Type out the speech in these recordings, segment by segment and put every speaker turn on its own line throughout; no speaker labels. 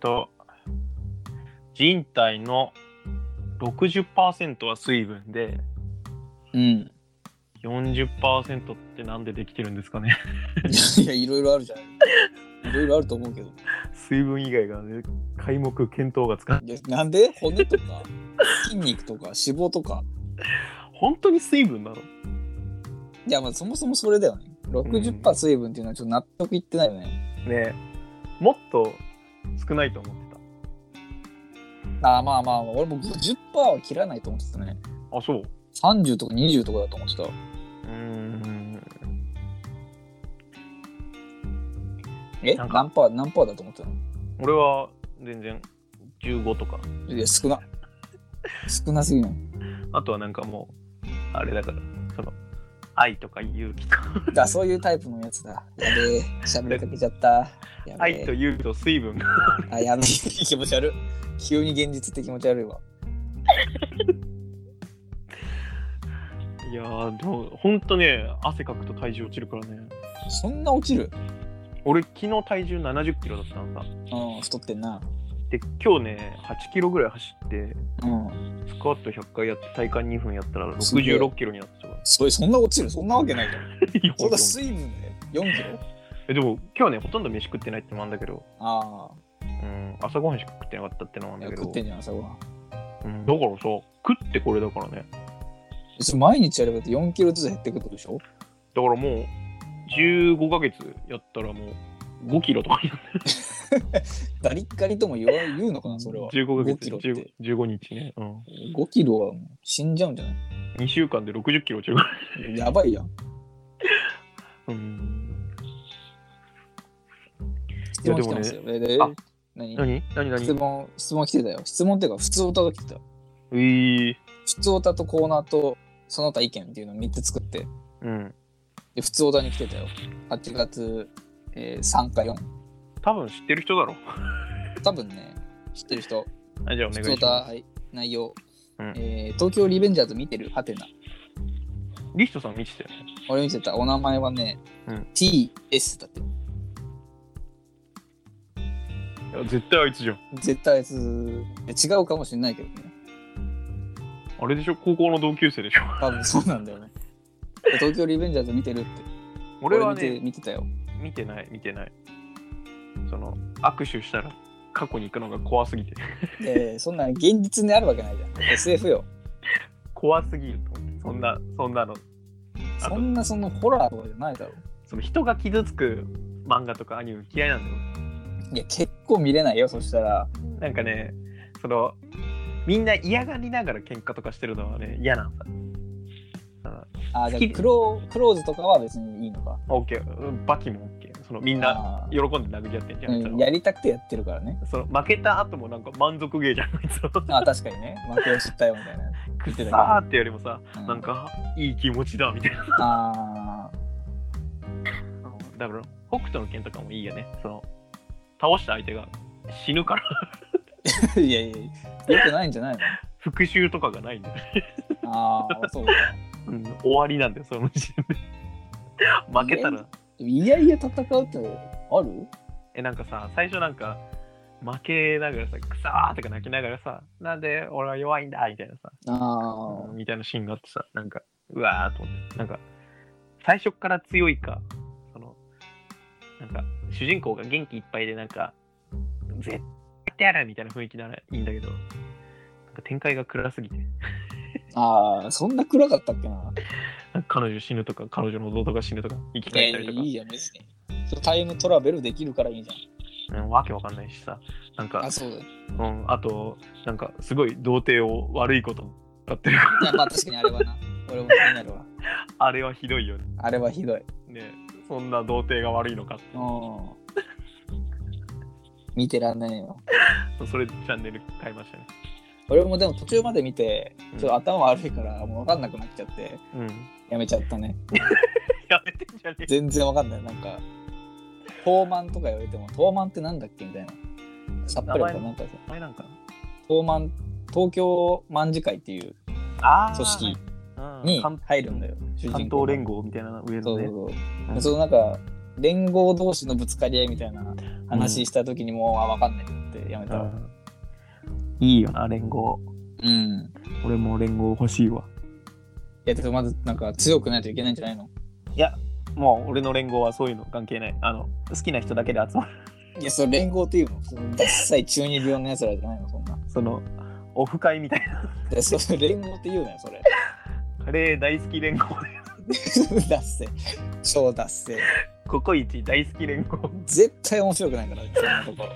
と、人体の60%は水分で、
うん。
40%ってなんでできてるんですかね
いや、いろいろあるじゃない。いろいろあると思うけど。
水分以外がね、皆目見当がつかない。
いやなんで骨とか、筋肉とか、脂肪とか。
本当に水分なの
いや、まあそもそもそれだよね。
う
60%水分っていうのはちょっと納得いってないよね。
ねもっと少ないと思って
ああ、まあまあ、俺も50%は切らないと思ってたね。
た。あ、そう。
30とか20とかだと思ってた。
うーん。
え
なんか
何パー、何パーだと思ってた
俺は全然15とか。
のいや、少な。少なすぎない。
あとはなんかもう、あれだから、その、愛とか勇気と、
だ、そういうタイプのやつだ。やべえ、喋りかけちゃった。やべ
愛と
え。
勇気と水分が。
あ、やべえ、 気持ち悪い。急に現実って気持ち悪いわ。
いやー、でも、ほんとね、汗かくと体重落ちるからね。
そんな落ちる
俺、昨日体重70キロだったんだ。
うん、太ってんな。
で、今日ね、8キロぐらい走って、
うん。
スクワット100回やって、体幹2分やったら
すげえ
66キロになってたから。
それそんな落ちるそんなわけないじゃん。
いや
そん
ほん
な
と
水分で4キロ
えでも、今日はね、ほとんど飯食ってないってのもあんだけど、
あ
うん、朝ごはんしか食ってなかったってのもあん
あ、
だ
いや
けど、
食ってんじゃん、朝ごはん。
うん、だからさ、食ってこれだからね。
それ毎日やればだって4キロずつ減ってくってことでしょ
だからもう、15ヶ月やったらもう、5キロとかになる
ガリッガリとも言わ言うのかな、それは。
15ヶ
5
月
キロって
15 15日ね、うん。
5キロはもう死んじゃうんじゃな
2週間で60キロ落ちるから。
いやばいやん。
うん。
質問来てますよ。えで
あ
何
何何何
質問、質問来てたよ。質問っていうか、普通歌が来てた。
ういー
普通歌とコーナーとその他意見っていうのを3つ作って、
うん。
で普通歌に来てたよ。8月、えー3か4。
多分知ってる人だろ。
多分ね、知ってる人、
はいじゃあお
普
願
通
いし
歌、
ま
はい、内容、
うん
えー東京リベンジャーズ見てるハテナ。
す。リストさん見てたよね。
俺見てた。お名前はね、
うん
TS だって。
いや絶対あいつじゃん。
絶対あいつ違うかもしれないけどね。
あれでしょ高校の同級生でしょ
多分そうなん だよね。東京リベンジャーズ見てるって。
俺はね
見て、見てたよ。
見てない見てないその握手したら過去に行くのが怖すぎて
で、そんな現実にあるわけないじゃん。SF よ。
怖すぎると思ってそんなそんなのあと
そんなそのホラーとかじゃないだろう。
その人が傷つく漫画とかアニメ嫌いなんだよ
いや、結構見れないよ、そしたら。
なんかねそのみんな嫌がりながら喧嘩とかしてるのはね嫌なんだ
あー、じ
好き
ゃあクロー、クローズとかは別にいいのか。
オッケーバキもオッケーそのみんな
あ
喜んで殴り合ってんじゃんあいつ
ー
ら
う
は
ん、やりたくてやってるからね。
その負けた後もなんか満足ゲーじゃんあいつら
あー、確かにね。負けを知ったよ、みたいな。
く
見てたけど
さーってよりもさ
うん
なんかいい気持ちだみたいな
あ
だから北斗の拳とかもいいよねその倒した相手が死ぬから
ー いやいや、よくないんじゃない
復讐とかがないんだよ、
のああ、そうか。
うん、終わりなんだよその時点で負けたら
いやいや戦うってある
えなんかさ最初なんか負けながらさくさーとか泣きながらさなんで俺は弱いんだみたいなさ、
あ
みたいなシーンがあってさなんかうわーと思ってなんか最初から強いかそのなんか主人公が元気いっぱいでなんか絶対やるみたいな雰囲気ならいいんだけどなんか展開が暗すぎて
あ、ああ、そんな暗かったっけな。
彼女死ぬとか彼女の弟が死ぬとか生き
いや
返っ
い
た
や
りとか、
いいじゃん、別に。そうタイムトラベルできるからいいじ
うんわけわかんないしさなん
ゃん。
か
あ、そうだ。い
うん、あとなんかすごい童貞を悪いことやってるから
や、まあ確かにあれはな。俺も気になるわ。
あれはひどいよね
あれはひどい。
ねそんな童貞が悪いのかって
うん。見てらんないよ。
それでチャンネル変えましたね
俺もでも途中まで見て、
うん
ちょっと頭悪いからもう分かんなくなっちゃって、
うん
やめちゃったね。
やめてんじゃねえ
全然分かんない。なんか、東満とか言われても、東満ってなんだっけみたいな。さっぱりわかんないなんかさ、
お前なんか
東満、東京卍会っていう
あー
組織
はい
に
うん
入るんだよ。主人
関
公が
東連合みたいな上
そ
の
う
ね
そうそう。
うん
そのなんか連合同士のぶつかり合いみたいな話した時にもう、あ分かんないってなってやめたら。
いいよな、連合。
うん。
俺も連合欲しいわ。
いや、でもまず、なんか強くないといけないんじゃないの
もう俺の連合はそういうの関係ない。あの、好きな人だけで集まる。
いや、それ連合っていうの。そのダッサい中二病のやつらじゃないの、そんな。
その、オフ会みたい
でそれ連合って言うなよ、それ。
な。カレー大好き連合で。
ダッセ。超ダッセ。
ココイチ大好き連合。
絶対面白くないから、そんなところ。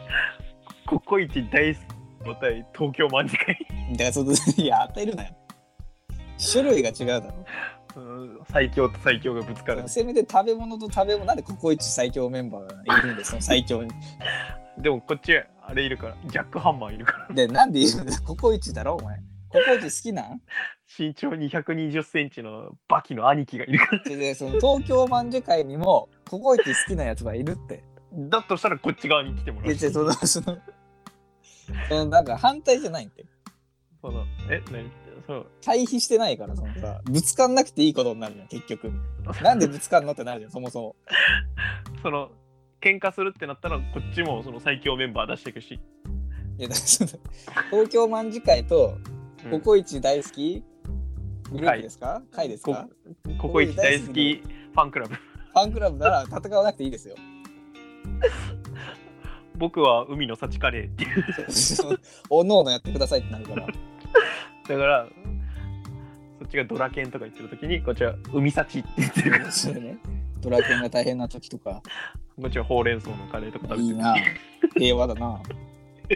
ココイチ大好き対東京卍会。
だからその、いや、与えるなよ。種類が違うだろ。
うん最強と最強がぶつかる。
せめて食べ物と食べ物、なんでココイチ最強メンバーがいるんですその最強に。
でもこっち、あれいるから、ジャックハンマーいるから。
で、なんで言うんだよココイチだろ、お前。ココイチ好きなん
身長220センチのバキの兄貴がいるから。
でで、その東京まんじゅう会にも、ココイチ好きなやつがいるって。
だとしたらこっち側に来てもら
で、
う。
じゃあその、その、その、なんか反対じゃないって。
そのえ、何そう。
対比してないから、そのさ、ぶつかんなくていいことになるじゃん、結局。なんでぶつかんのってなるじゃん、そもそも。
その喧嘩するってなったらこっちもその最強メンバー出していくし、
いや、だからその東京まんじゅう会と、ココイチ大好きグループですか会ですか
ここ一大好きファンクラブ
ファンクラブなら戦わなくていいですよ。
僕は海の幸カレーって いう
おのおのやってくださいってなるから。
だからそっちがドラケンとか言ってる時にこっちは海幸って言って るからこ
それね。ドラケンが大変な時とか、
っちはほうれん草のカレーとか食べて
いいな。平和だな。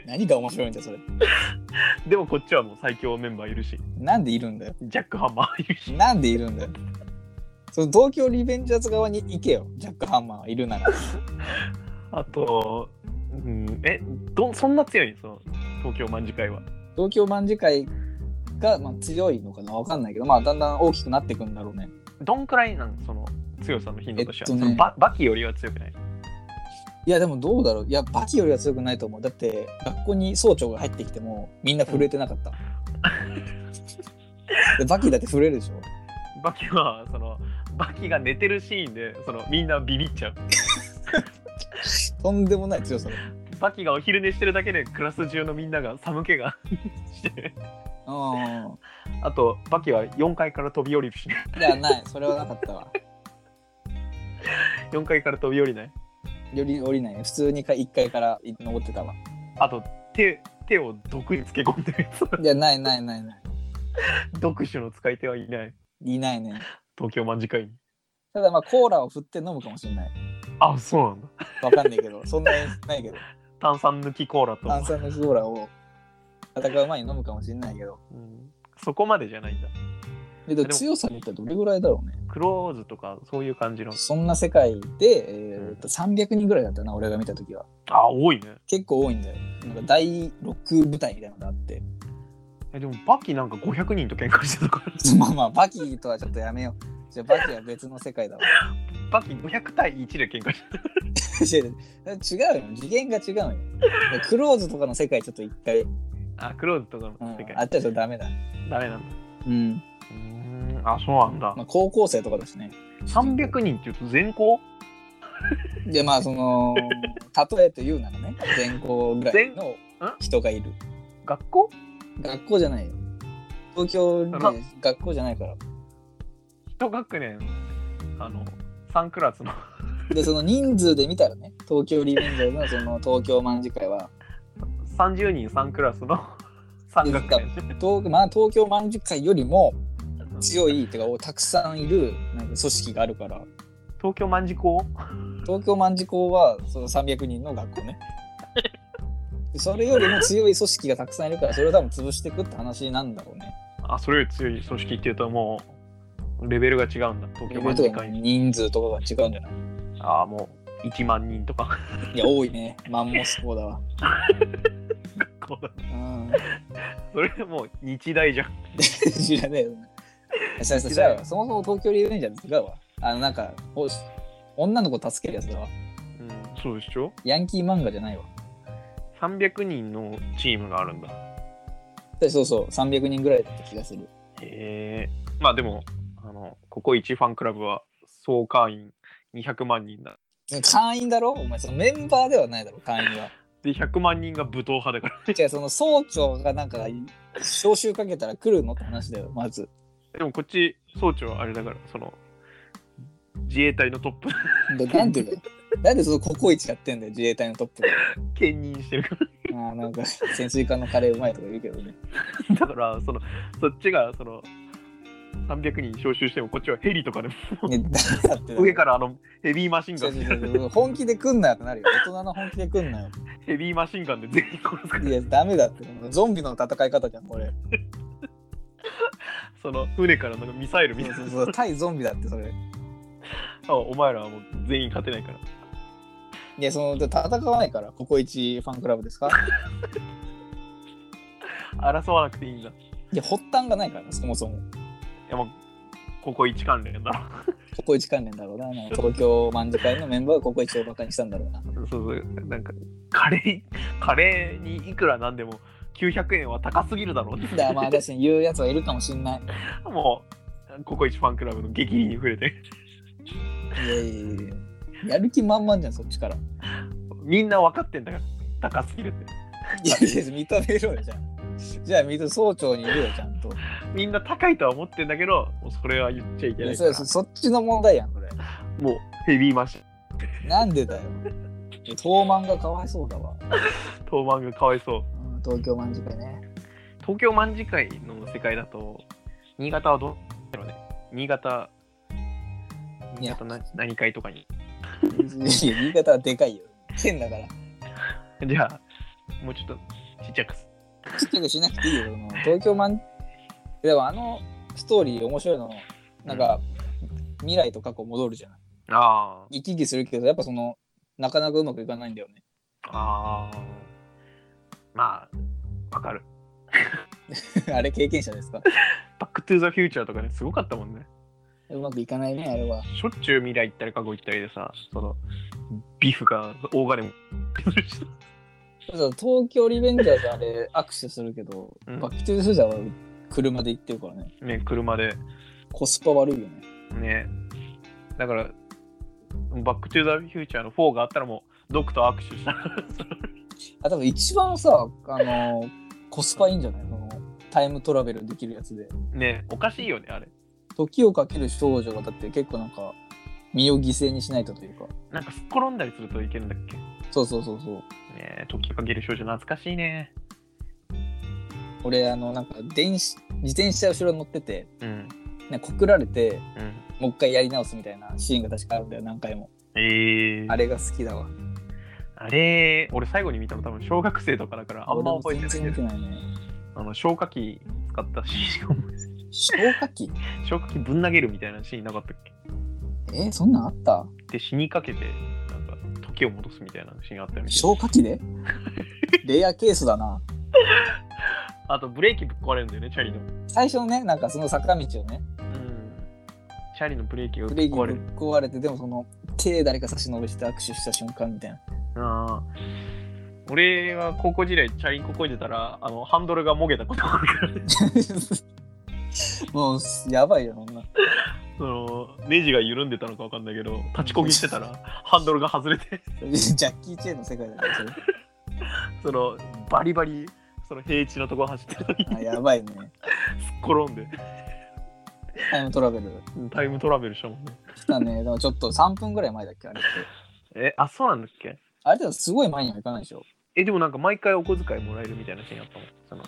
何が面白いんだよ、それ。
る でもこっちはもう最強メンバーいるし
なんでいるんだよ。
ジャックハンマーいるし
なんでいるんだよ。その東京リベンジャーズ側に行けよ、ジャックハンマーはいるなら。
あと、うん、えどそんな強いその東京卍会は
東京卍会が、まあ、強いのかな、わかんないけど、まあ、だんだん大きくなっていくんだろうね。
どんくらいなんその強さの頻度としては、
えっとね
そのババキよりは強くない
いや、でもどうだろう。いや、バキよりは強くないと思う。だって、学校に総長が入ってきても、みんな震えてなかった。でバキだって震えるでしょ。
バキはそのバキが寝てるシーンでそのみんなビビっちゃう
とんでもない強さだ。
バキがお昼寝してるだけでクラス中のみんなが寒気が して
うん。
あとバキは4階から飛び降りるし ない
や、ない。それはなかったわ。
4階から飛び降りない
より降りないね。普通に1階から登ってたわ。
あと手手を毒につけ 込んでるや
いや、ないないないない。
つ毒種の使い手はいない
いないね。
東京卍会に
ただ、まあ、コーラを振って飲むかもしれない。
あそうなんだ
わかんないけど、そんなにないけど。
炭酸抜きコーラと、
炭酸のコーラを戦う前に飲むかもしれないけど。
うん、そこまでじゃないんだ
えでも強さにいったらどれぐらいだろうね。
クローズとかそういう感じの
そんな世界で、えーっと300人ぐらいだったな、俺が見たときは。
あ多いね
結構多いんだよ。なんか第6部隊みたいなのがあって。
えでもバキなんか500人と喧嘩してたから
まあまあ、バキとはちょっとやめよう。じゃあバキは別の世界だわ。
バキ500対1で喧嘩して
違うよ。次元が違うよ。クローズとかの世界ちょっと一回、うん、
たあクローズとかの世界
あっちはちょっとダメだ。
ダメなんだ。
うん。
うーん、あ、そうなんだ
ま。あ、高校生とかだしね。
300人っていうと全校
で、まあその、例えと言うならね、全校ぐらいの人がいる。
学校
学校じゃないよ。東京で
あら
学校じゃないから。
一学年、あの、3クラスの
で、その人数で見たらね、東京リベンジャーズのその東京卍会は、
30人3クラスの 3学年。
東まあ、東京卍会よりも強いというか、たくさんいるなんか組織があるから、
東京卍校
東京卍校はその300人の学校ね。でそれよりも強い組織がたくさんいるから、それを多分潰していくって話なんだろうね。
あ、それより強い組織っていうともう、レベルが違うんだ。東京卍
とか
会に。
人数とかが違うんじゃない
あ、もう、1万人とか。
いや、多いね。マンモス校だわ。
こう
うん。
それもう、日大じゃん。
知らねえよな。違う違う違うわそもそも東京リベンジャーズ違うわ。あの、なんか、お女の子助けるやつだわ。
うん、そうでしょ
ヤンキー漫画じゃないわ。
?300 人のチームがあるんだ。
でそうそう、300人ぐらいだった気がする。
へえまあでも、あの、ここ一ファンクラブは総会員200万人だ。
会員だろお前、そのメンバーではないだろ、会員は。
で、100万人が武闘派だから。
違う、その総長がなんか、招集かけたら来るのって話だよ、まず。
でもこっち、総長はあれだから、その、自衛隊のトップ、
でなん でだよ。なんでそのココイチやってんだよ、自衛隊のトップが。
兼任してるか
ああ、なんか、潜水艦のカレーうまいとか言うけど ね。
ら。だから、その、そっちが、その、300人招集しても、こっちはヘリとかで、
ね誰だってだよ
上からあの、ヘビーマシンガ
違う
ン、
違う違う本気で来んなよってなるよ。大人の本気で来んなよ。
ヘビーマシンガンで全員殺すから
いや、ダメだって。ゾンビの戦い方じゃん、これ。
その、船からのミサイルみたいな。
そうそうそう対ゾンビだって、それ。
あお前らはもう全員勝てないから。
いや、その、で戦わないから、ココイチファンクラブですか
争わなくていいんだ。い
いや、発端がないから、そもそも。
や、もう、ここ一関連だろ。
ココイチ関連だろうな。なんか東京卍会のメンバーがココイチをバカにしたんだろうな。
そうそう、なんか、カレー、カレーにいくらなんでも900円は高すぎるだろうって。
だからまあ、確かに言うやつはいるかもしんない。
もう、ここ一ファンクラブの激励に触れて、
いやいやいややる気満々じゃん、そっちから。
みんな分かってんだから、高すぎるって。
いやいや、認めろよ、じゃん。じゃあ、認め総長にいるよ、ちゃんと。
みんな高いとは思ってんだけど、もうそれは言っちゃいけ
い
な
や
いか
そ
ら
う。そうそっちの問題やん、これ。
もう、ヘビーマシン。
なんでだよ。東漫がかわいそうだわ。
東漫がかわいそう。
うん東京卍会ね。
東京卍会の世界だと、新潟はどうだろうね。新潟、
い
新
や
潟な何会とかに。
いや、新潟はでかいよ。変だから。
じゃあ、もうちょっとちっちゃくす。
ちっちゃくしなくていいよ。もう東京マン。でもあのストーリー面白いの、なんか、未来と過去戻るじゃん。
あ
行き来するけど、やっぱその、なかなかうまくいかないんだよね。
あ、ああ。まあ、わかる。
あれ経験者ですか
バックトゥーザフューチャーとかね、すごかったもんね。
うまくいかないね、あれは。
しょっちゅう未来行ったり過去行ったりでさ、その、ビフが大金も。
そう東京リベンジャーズあれ握手するけど、
うん
バックトゥーザフューチャーは車で行ってるからね。
ね、車で。
コスパ悪いよね。
ね。だから、バックトゥーザフューチャーの4があったらもう、ドクと握手したら。
あ、多分一番さ、あの、コスパいいんじゃないその、タイムトラベルできるやつで。
ね、おかしいよね、あれ。
時をかける少女がだって結構なんか、身を犠牲にしないとというか。
なんかすっ転んだりするといけるんだっけ
そうそうそうそう。
ねえ、時をかける少女懐かしいね。
俺、あの、なんか、電子、自転車後ろに乗ってて、
うん。
ね、告られて、
うん。
もう一回やり直すみたいなシーンが確かあるんだよ、何回も。
ええ
あれが好きだわ。
あれ、俺最後に見たの多分小学生とかだからあんま覚えてない
俺
け
も全
ど、
然見てないね。
あの消火器使ったシーンが覚えてる
消火器
消火器ぶん投げるみたいなシーンなかったっけ
えそんなんあった
で、死にかけて、なんか時を戻すみたいなシーンがあったよね。
消火 器でレアケースだな。
あとブレーキぶっ壊れるんだよね、チャリの。
最初のね、なんかその坂道をね、
うん。チャリのブレーキがぶ
ブ
っ
レーキぶ
壊れ
っ
る。
壊れて、でもその手誰か差し伸べして握手した瞬間みたいな。
ああ。俺は高校時代、チャリンコこいでたら、あの、ハンドルがもげたことがあるからね。
もうやばいよ、そんな。
そのネジが緩んでたのかわかんないけど立ちこぎしてたらハンドルが外れて
ジャッキー・チェーンの世界だから、それ。
そのバリバリその平地のとこ走ってるのに
あやばいね。
転んで
タイムトラベル。
タイムトラベルしたもんね
したね。でもちょっと3分ぐらい前だっけ、あれって。
えあそうなんだっけ
あれでもすごい前にはいかないでしょ。
えでもなんか毎回お小遣いもらえるみたいなシーンあったもんその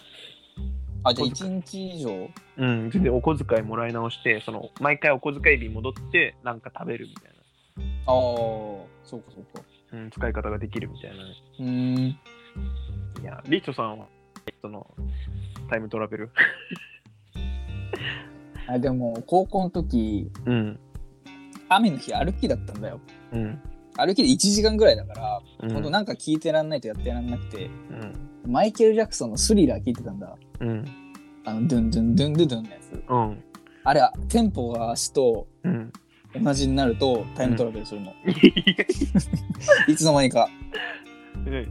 あ、じゃあ
お小
1日以上。
うん全然お小遣いもらい直してその毎回お小遣い日戻ってなんか食べるみたい
ああ、そうかそうか。
な、うん、使い方ができるみたいなね
うーん。
いやリッチョさんはそのタイムトラベル
あでも、高校の時、
うん
雨の日歩きだったんだよ。
うん
歩きで1時間ぐらいだから、
うん
ほんとなんか聞いてらんないとやってらんなくて、
うん
マイケル・ジャクソンのスリラー聞いてたんだ。
うん
あの、ドゥンドゥンドゥンドゥンドゥンのやつ。
うん
あれ、テンポが足と
うん
同じになるとタイムトラベルするの。
いや
いつの間にか。
え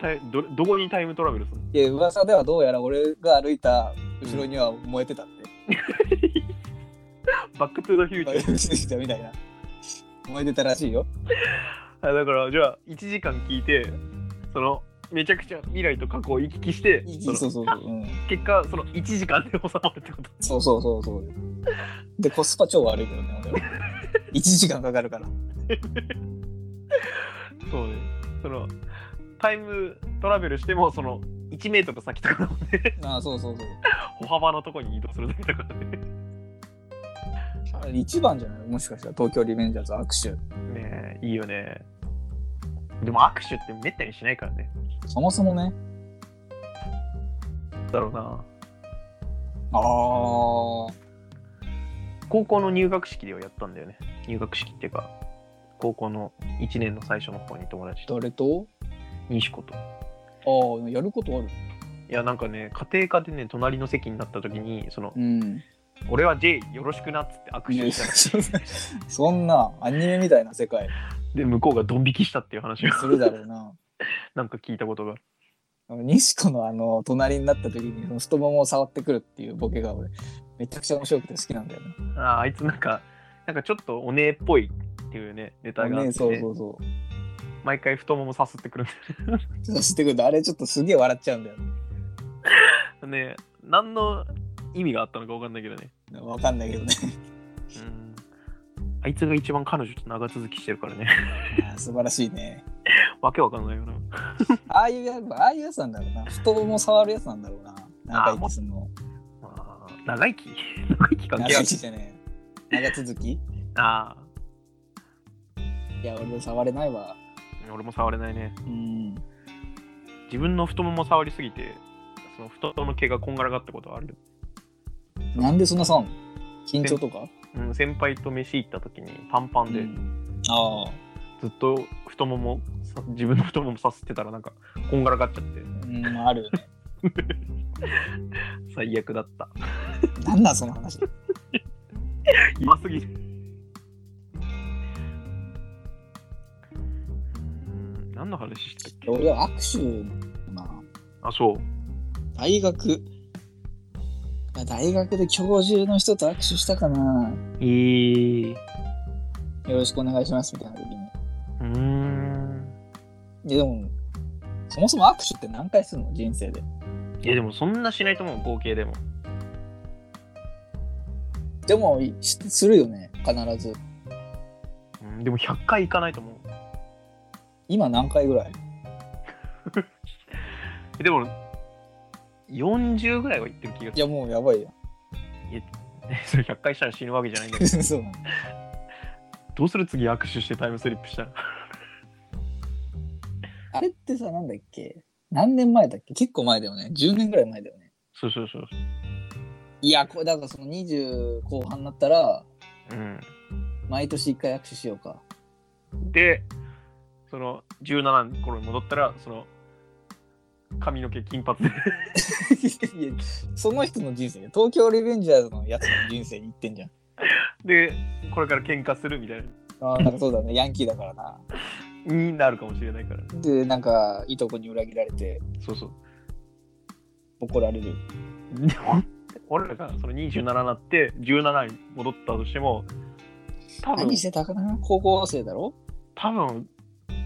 タイどどこにタイムトラベルするの
いや、噂ではどうやら俺が歩いた後ろには燃えてたって。
バックトゥーザフュー
まあ
チャー。
みたいな。 燃えてたらしいよ。
あだから、じゃあ、1時間聞いて、そのめちゃくちゃ未来と過去を行き来して
いい
その
そうそうそう、うん、
結果その1時間で収まるってこと
そうそうそうそうでコスパ超悪いけどね俺は1時間かかるから
そうねそのタイムトラベルしてもその1メートル先とかのね
ああそうそうそう
歩幅のとこに移動するだけだからね
あれ一番じゃないもしかしたら東京リベンジャーズ握
ねえいいよねでも握手ってめったにしないからね
手そもそもね
だろうな
ああ
高校の入学式ではやったんだよね入学式っていうか高校の1年の最初の方に友達と
誰と
西子と
ああやることある
いやなんかね家庭科でね隣の席になった時にその
うん
「俺は J よろしくな」っつって握手したら
そんなアニメみたいな世界
で向こうがドン引きしたっていう話を
するだろうな
なんか聞いたことがある
西子のあの隣になった時にその太ももを触ってくるっていうボケが俺めちゃくちゃ面白くて好きなんだよね。
あーあいつなんかなんかちょっとお姉っぽいっていうねネタがあって、
ね、そうそうそ
毎回太ももさすってくるん
う。さしてくるとあれちょっとすげえ笑っちゃうんだよね。
だよ ね何の意味があったのか分かんないけどね
わかんないけどね。
うんあいつが一番彼女と長続きしてるからね
あー素晴らしいね。
わけわかんないよな
ああいうやああいうやつなんだろうな。太もも触るやつなんだろうな。長生きするの。
まあ長生き 長生き関係あ
長
る
生きじゃねえ。長続きい
あ
や俺触れないわ。
ー俺も触れないね
うん。
自分の太もも触りすぎてその太ももの毛がこんがらがったことはある
なんでそんなさんの緊張とか、
うん、先輩と飯行った時にパンパンで
うんああ。
ずっと太ももさ自分の太ももさすってたらなんかこんがらがっちゃって
うん、あるよね。
最悪だった
なんなんその話。
今すぎるうん何の話してたっけ
俺は握手な。
あそう
大学いや大学で教授の人と握手したかな
えー、
よろしくお願いしますみたいな時に
うーん
ででもそもそも握手って何回するの人生で
いやでもそんなしないと思う合計でも
でもしするよね必ず
うんでも100回いかないと思う
今何回ぐらい
えでも40ぐらいは行ってる気が
い
す
やもうやばいよ
る それ100回したら死ぬわけじゃないんだ けど
そうなの
どうする次握手してタイムスリップしたら
あれってさなんだっけ何年前だっけ結構前だよね10年ぐらい前だよね
そうそうそう
いやこれだからその20後半になったら
うん
毎年1回握手しようか
でその17の頃に戻ったらその髪の毛金髪で
いやその人の人生東京リベンジャーズのやつの人生に行ってんじゃん
でこれから喧嘩するみたい
あーなんかそうだね、ヤンキーだからな。
なになるかもしれないから
で、なんか、いとこに裏切られて
そうそう
怒られる。
でも 俺らがその27になって17に戻ったとしても多分
何してたかな高校生だろ
多分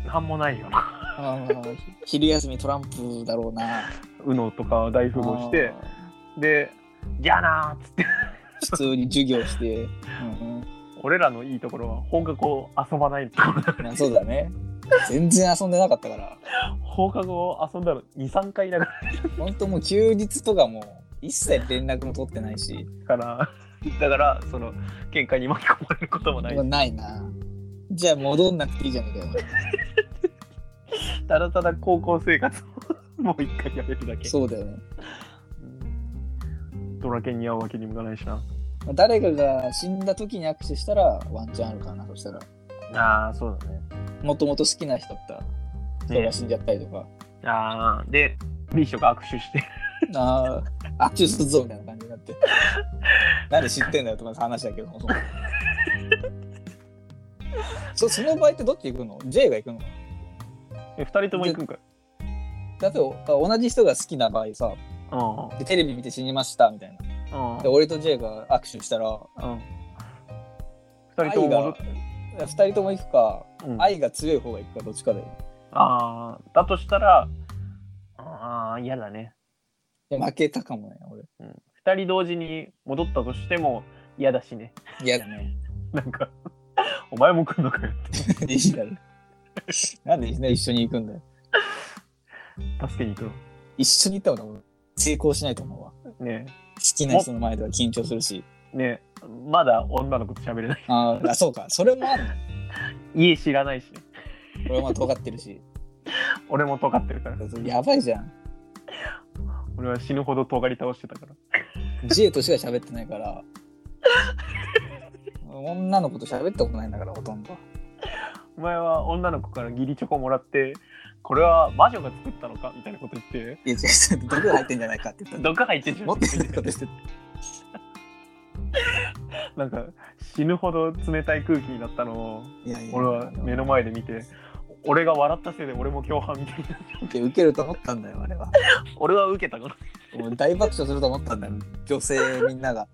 なんもないよな
あー 昼休みトランプだろうな。
UNO とか大富豪してでじゃあなーっつって
あー普通に授業して。うん
俺らのいいところは放課後遊ばないところだ
うん、まあそうだね。全然遊んでなかったから。
放課後遊んだら23回だか
ほんともう休日とかも一切連絡も取ってないし。
らだからその喧嘩に巻き込まれることもない
ないな。じゃあ戻んなくていいじゃねえかよ。
ただただ高校生活をもう一回やめるだけ
そうだよね。
うんドラケンに会うわけにもいかないしな
まあ誰かが死んだ時に握手したらワンチャンあるかな、そしたら。
ああそうだね
もともと好きな人だった人が死んじゃったりとか、
ああで西とか握手して
ああ、握手するぞみたいな感じになって、 なんで知ってんだよとか話だけど、 そその場合ってどっち行くの ?J が行くのか
え二人とも行くんかい
なだって同じ人が好きな場合さ、
うん
でテレビ見て死にましたみたいな。
うん
で俺と J が握手したら、
うん二人とも戻っ
愛が、2人とも行くか、
うん、あ
愛が強い方が行くか、どっちかだよ。
ああ、だとしたら、ああ、嫌だね。
で負けたかもね、俺。
二人同時に戻ったとしても嫌だしね。
嫌だね。
なんか、お前も来んのかよって。
なんで嫌だねなんでね、一緒に行くんだよ。
助けに行く
一緒に行った方が成功しないと思うわ。
の。ね
好きな人の前では緊張するし。
え、ねえ、まだ女の子と喋れない。
あーあ、そうか。それもあるの。
家知らないし、ね、
俺はまあ尖ってるし。
俺も尖ってるから。
やばいじゃん。
俺は死ぬほど尖り倒してたから。
J としか喋ってないから。女の子と喋ったことないんだから、ほとんど。
お前は女の子から義理チョコもらって、これは魔女が作ったのかみたいなこと言って、
いや、違う、毒が入ってんじゃないかって言ったんだ。
毒入ってんじゃ ん
持。ってないことですって。
なんか死ぬほど冷たい空気になったのを
いやいや
俺は目の前で見て、俺が笑ったせいで俺も共犯みたいな。
で受けると思ったんだよ、あれは。
俺は受けたから。
もう大爆笑すると思ったんだよ、女性みんなが。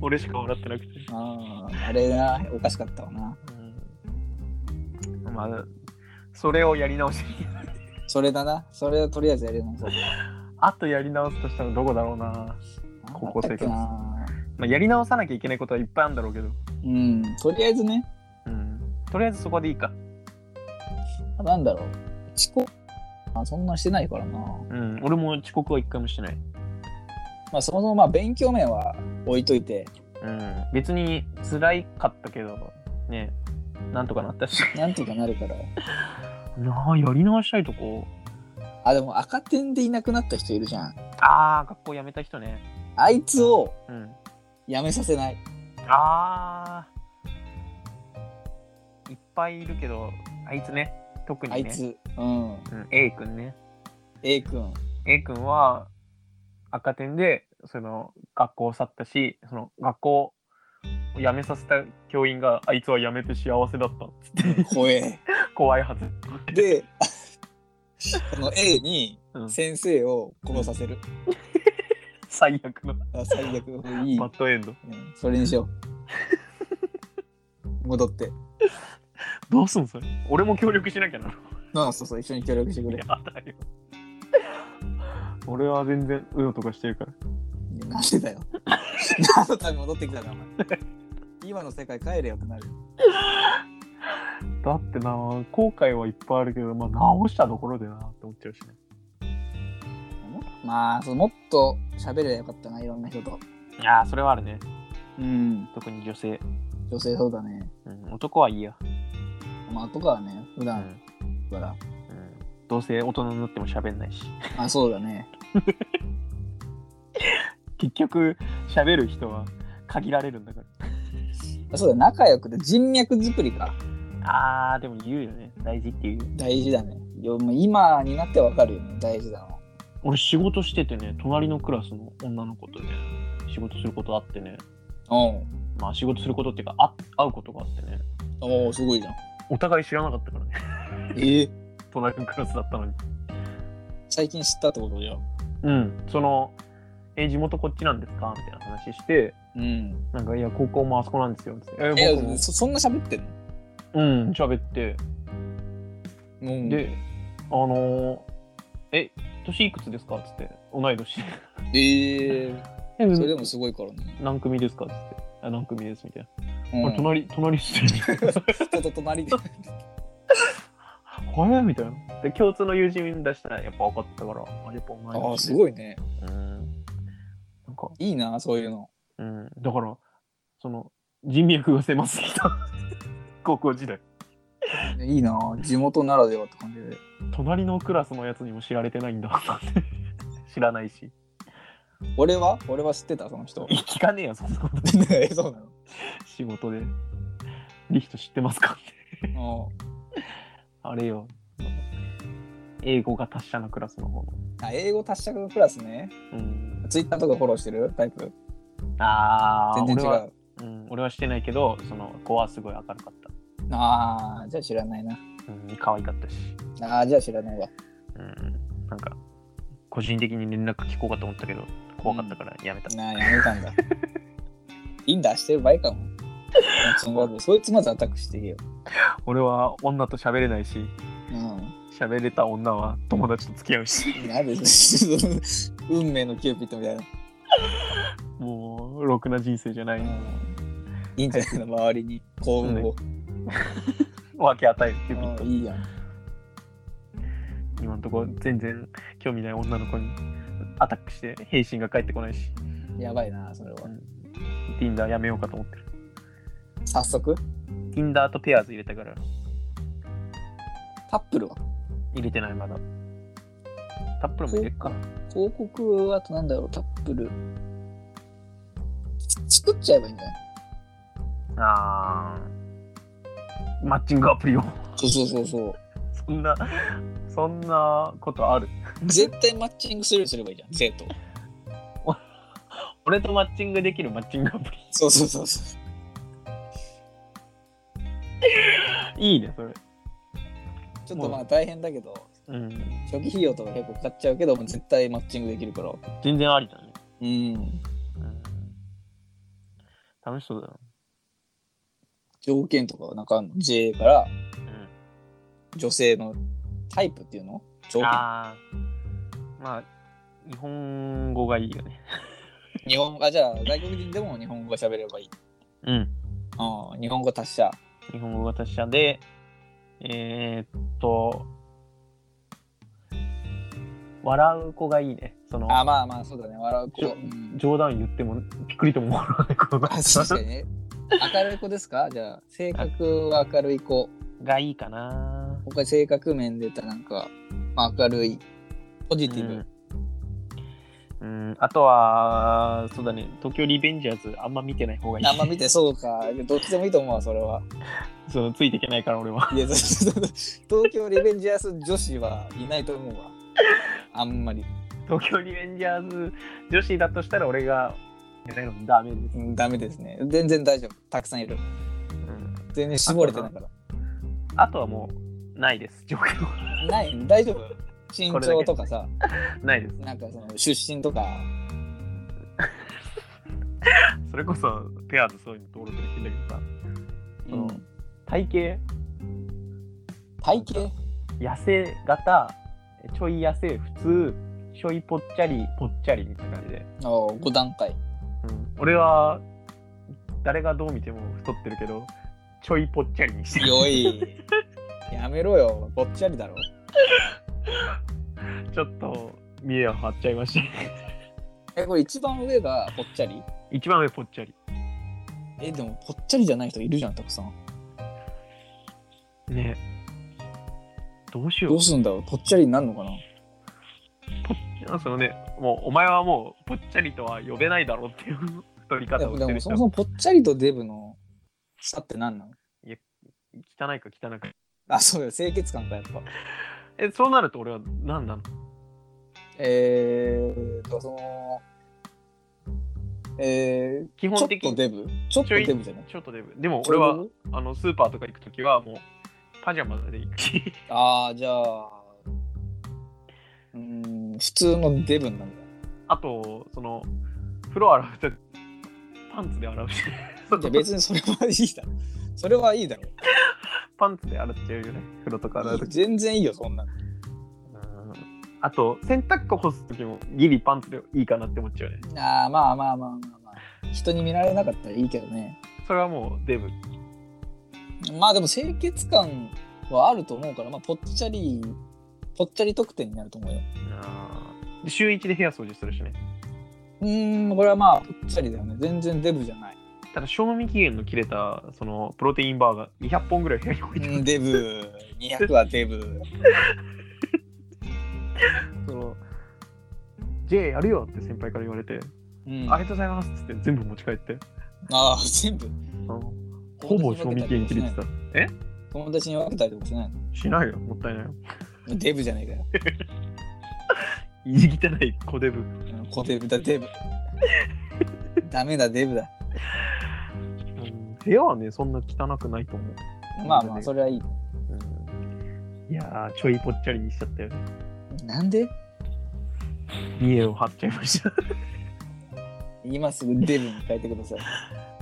俺しか笑ってなくて。
あーあれがおかしかったわな。
うん、まあ、それをやり直し。
それだな。それをとりあえずやり直そう。
あとやり直すとしたらどこだろうな。高校生活
なんだっけな
まあ、やり直さなきゃいけないことはいっぱいあるんだろうけど。
うん、とりあえずね、
うん。とりあえずそこでいいか。
なんだろう。遅刻あそんなしてないからな。
うん。俺も遅刻は一回もしてない。
まあ、そもそもまあ勉強面は置いといて、
うん。別に辛いかったけど、ね、なんとかなったし。
なんとかなるから。
なあ、やり直したいとこ。
あ、でも赤点でいなくなった人いるじゃん。
ああ、学校辞めた人ね。
あいつを
うん。
辞めさせない。
ああ。いっぱいいるけど、あいつね。特に
あ
ね。
いつ。うん。
うん、A 君ね。
A 君。
A 君は赤点でその学校を去ったしその学校を辞めさせた教員があいつは辞めて幸せだったっつって
怖え。
怖いはず、
で、 この A に
うん、
先生を殺させる。
最悪の
あ最 悪。いい。
バッドエンド
うんそれにしよう。戻って。
どうすんのそれ俺も協力しなきゃな
うん、そうそう、一緒に協力してくれ。
やだよ俺は全然うよとかしてるから
なんでだよ。何のために戻ってきたんだ、お前。今の世界帰れよってなる。
だってな後悔はいっぱいあるけど、まあ、直したところでなって思っちゃうしね
まあ、そのもっと喋ればよかったな、いろんな人と。
いやーそれはあるね
うん、
特に女性、
女性そうだね。
うん、男はいいや、
まあ、とかはね、普
う
段
ん
だから。
うん、どうせ大人になっても喋んないし
あ、そうだね。
結局喋る人は限られるんだか
あそうだ、仲良くて人脈作りか。
らあーでも言うよね大事っていうよ
大事だね。よもう今になってわかるよね、大事だの。
俺仕事しててね隣のクラスの女の子とね仕事することあってね
おう
まあ仕事することっていうかあ会うことがあってね
おうすごいじゃん。
お互い知らなかったからね
ええ
隣のクラスだったのに
最近知ったってことじゃん。
うんその「え地元こっちなんですか?」みたいな話して
うん。
なんか「いや高校もあそこなんですよ」っつって「
いや
え僕も
そそんな喋ってんの
うん喋って
うん
で「あのー、え年いくつですか?」っつって同い年で
え
「
え
え
それでもすごいからね。
何組ですか?」っつってあ「何組です」みたいな
うん
あれ隣、隣してる。
人と隣で。
はやみたいな。で、共通の友人出したら、やっぱ分かったから、あ、やっぱお前
ああ、す
い。
ごいね。
うん。なんか、
いいな、そういうの。
うん。だから、その、人脈が狭すぎた。 高校時代。
いいな、地元ならではって感じで。
隣のクラスのやつにも知られてないんだ。なんて 知らないし。
俺は俺は知ってた、その人。
い聞かねえよ、そんなこと。
え、 そうな
仕事で。リヒト知ってますか って。
の
あれよ。英語が達者なクラスの方の。
あ英語達者クラスね。
うん。
ツイッターとかフォローしてるタイプ
ああ、
全然違
俺は、
う。
うん、俺はしてないけど、その子はすごい明るかった。
ああ、じゃあ知らないな。
うん、可愛かったし、
ああ、じゃあ知らないわ。
うん、なんか個人的に連絡聞こうかと思ったけど怖かったからやめた、
なあ、やめ たんだ。いいんだ、してる場合かも。そのそいつまずアタックしていいよ。
俺は女と喋れないし
うん。
喋れた女は友達と付き合う し、
なる 運命のキューピッドみたいな。
もう、ろくな人生じゃな
う
い。
んいいんじゃないの 周りに幸運を。
分け与えるキューピッ
う
ド
ん。いいやん。
今のところ全然興味ない女の子にアタックして返信が返ってこないし、
やばいな、それは。
Tinder やめようかと思ってる。
早速、
Tinder とペアーズ入れたから
タップルは
入れてないまだ。タップルも入れっかな。
広告はあとなんだろう、タップル。つ作っちゃえばいいんじゃない
あーマッチングアプリを。
そうそうそうそう。
そんな、そんなことある。
絶対マッチングするようにすればいいじゃん、生徒。
俺とマッチングできるマッチングアプリ。
そうそうそうそう。
いいね、それ。
ちょっとまあ大変だけど、
うん。
初期費用とか結構かかっちゃうけど、もう絶対マッチングできるから。
全然ありだね。
うん。
うん。楽しそうだな。
条件とかはなんかあんの ?J から
うん。
女性のタイプっていうの条件。
ああ。まあ、日本語がいいよね。
日本語、あ、じゃあ外国人でも日本語が喋ればいい。
うん。
ああ、日本語達者。
日本語が達者で、えー、っと、笑う子がいいね。その、
あまあまあ、そうだね。笑う子。
ちょ
うん
冗談言ってもびっくりとも笑わない子が
あ確かにね。明るい子ですかじゃあ、性格は明るい子。
がいいかな。
他性格面で言ったらなんか、まあ、明るい、ポジティブ。
うん、うんあとは、そうだね、東京リベンジャーズあんま見てない方がいい。
あんま見てそうか。どっちでもいいと思うわ、それは。
そのついていけないから俺は。
いや、 そうそうそう東京リベンジャーズ女子はいないと思うわ。あんまり。
東京リベンジャーズ女子だとしたら俺が、いやダメです。
うんダメですね。全然大丈夫。たくさんいる。
うん
全然絞れてないか
あとはもう、ないです。状況が
ら。ない、大丈夫。身長とかさ、
ないです。
なんかその出身とか、
それこそ、ペアーズそういうの登録できるんだけどさ。
う
うん
ん、
体型
体型
痩せ型ちょい痩せ普通ちょいぽっちゃりぽっちゃりみたいな感じで、
の5段階。
うん、俺は誰がどう見ても太ってるけどちょいぽっちゃり にしてる
強い。やめろよ。ぽっちゃりだろ。
ちょっと見栄を張っちゃいました
え、これ一番上がぽっちゃり
一番上ぽっちゃり
え、でもぽっちゃりじゃない人いるじゃん、たくさん。
ねどうしよ
ど
う
うすんだろう。ぽっちゃりになるのかな
なんかそのねもうお前はもうぽっちゃりとは呼べないだろうっていう太り
で
方
も
をし
で
て
も
る人
そもそもぽっちゃりとデブの差って何なの
汚いか汚く
あ、そうだよ。清潔感か、やっぱ。
えそうなると俺は何なの
えーと、その、え
基
ー、ちょ
本
っ
的
と
に
デブちょっとデブじゃない
ちょっとデブでも俺はあのスーパーとか行くときはもうパジャマで行くし
ああ、じゃあ、うーん、普通のデブなんだ。
あとその風呂洗うとパンツで洗うし
じゃあ 別にそれはいいだろ。それはいいだろ。
パンツで洗っちゃうよね風呂とか洗うとき
全然いいよ、そんなの。
あと洗濯機干すときもギリパンツでいいかなって思っちゃうね
ああ、まあまあまあまあまあ。人に見られなかったらいいけどね。
それはもうデブ
まあでも清潔感はあると思うから、まあ、ぽっちゃり、ぽっちゃり特典になると思うよ。
で週一で部屋掃除するしね
うーん、これはまあ、ぽっちゃりだよね。全然デブじ ゃない。
ただ賞味期限の切れたそのプロテインバーが200本ぐらい部屋に置いて
うん、デブ。200はデブ。
その J やるよって先輩から言われて、
うん、
ありがとうございますっつって全部持ち帰って
ああ、全部。
あのほぼ賞味期限切れてた。え
友達に分けたりとかしないの
しないよ、もったいないよ。
デブじゃないかよ。
いじ汚い小デブ。
うん小デブだ、デブ。ダメだ、デブだ。
部屋はね、そんな汚くないと思う。
まあまあ、それはいい。
いやー、ちょいぽっちゃりにしちゃったよね。
なんで
見栄を張っちゃいました。
今すぐデブに変えてください。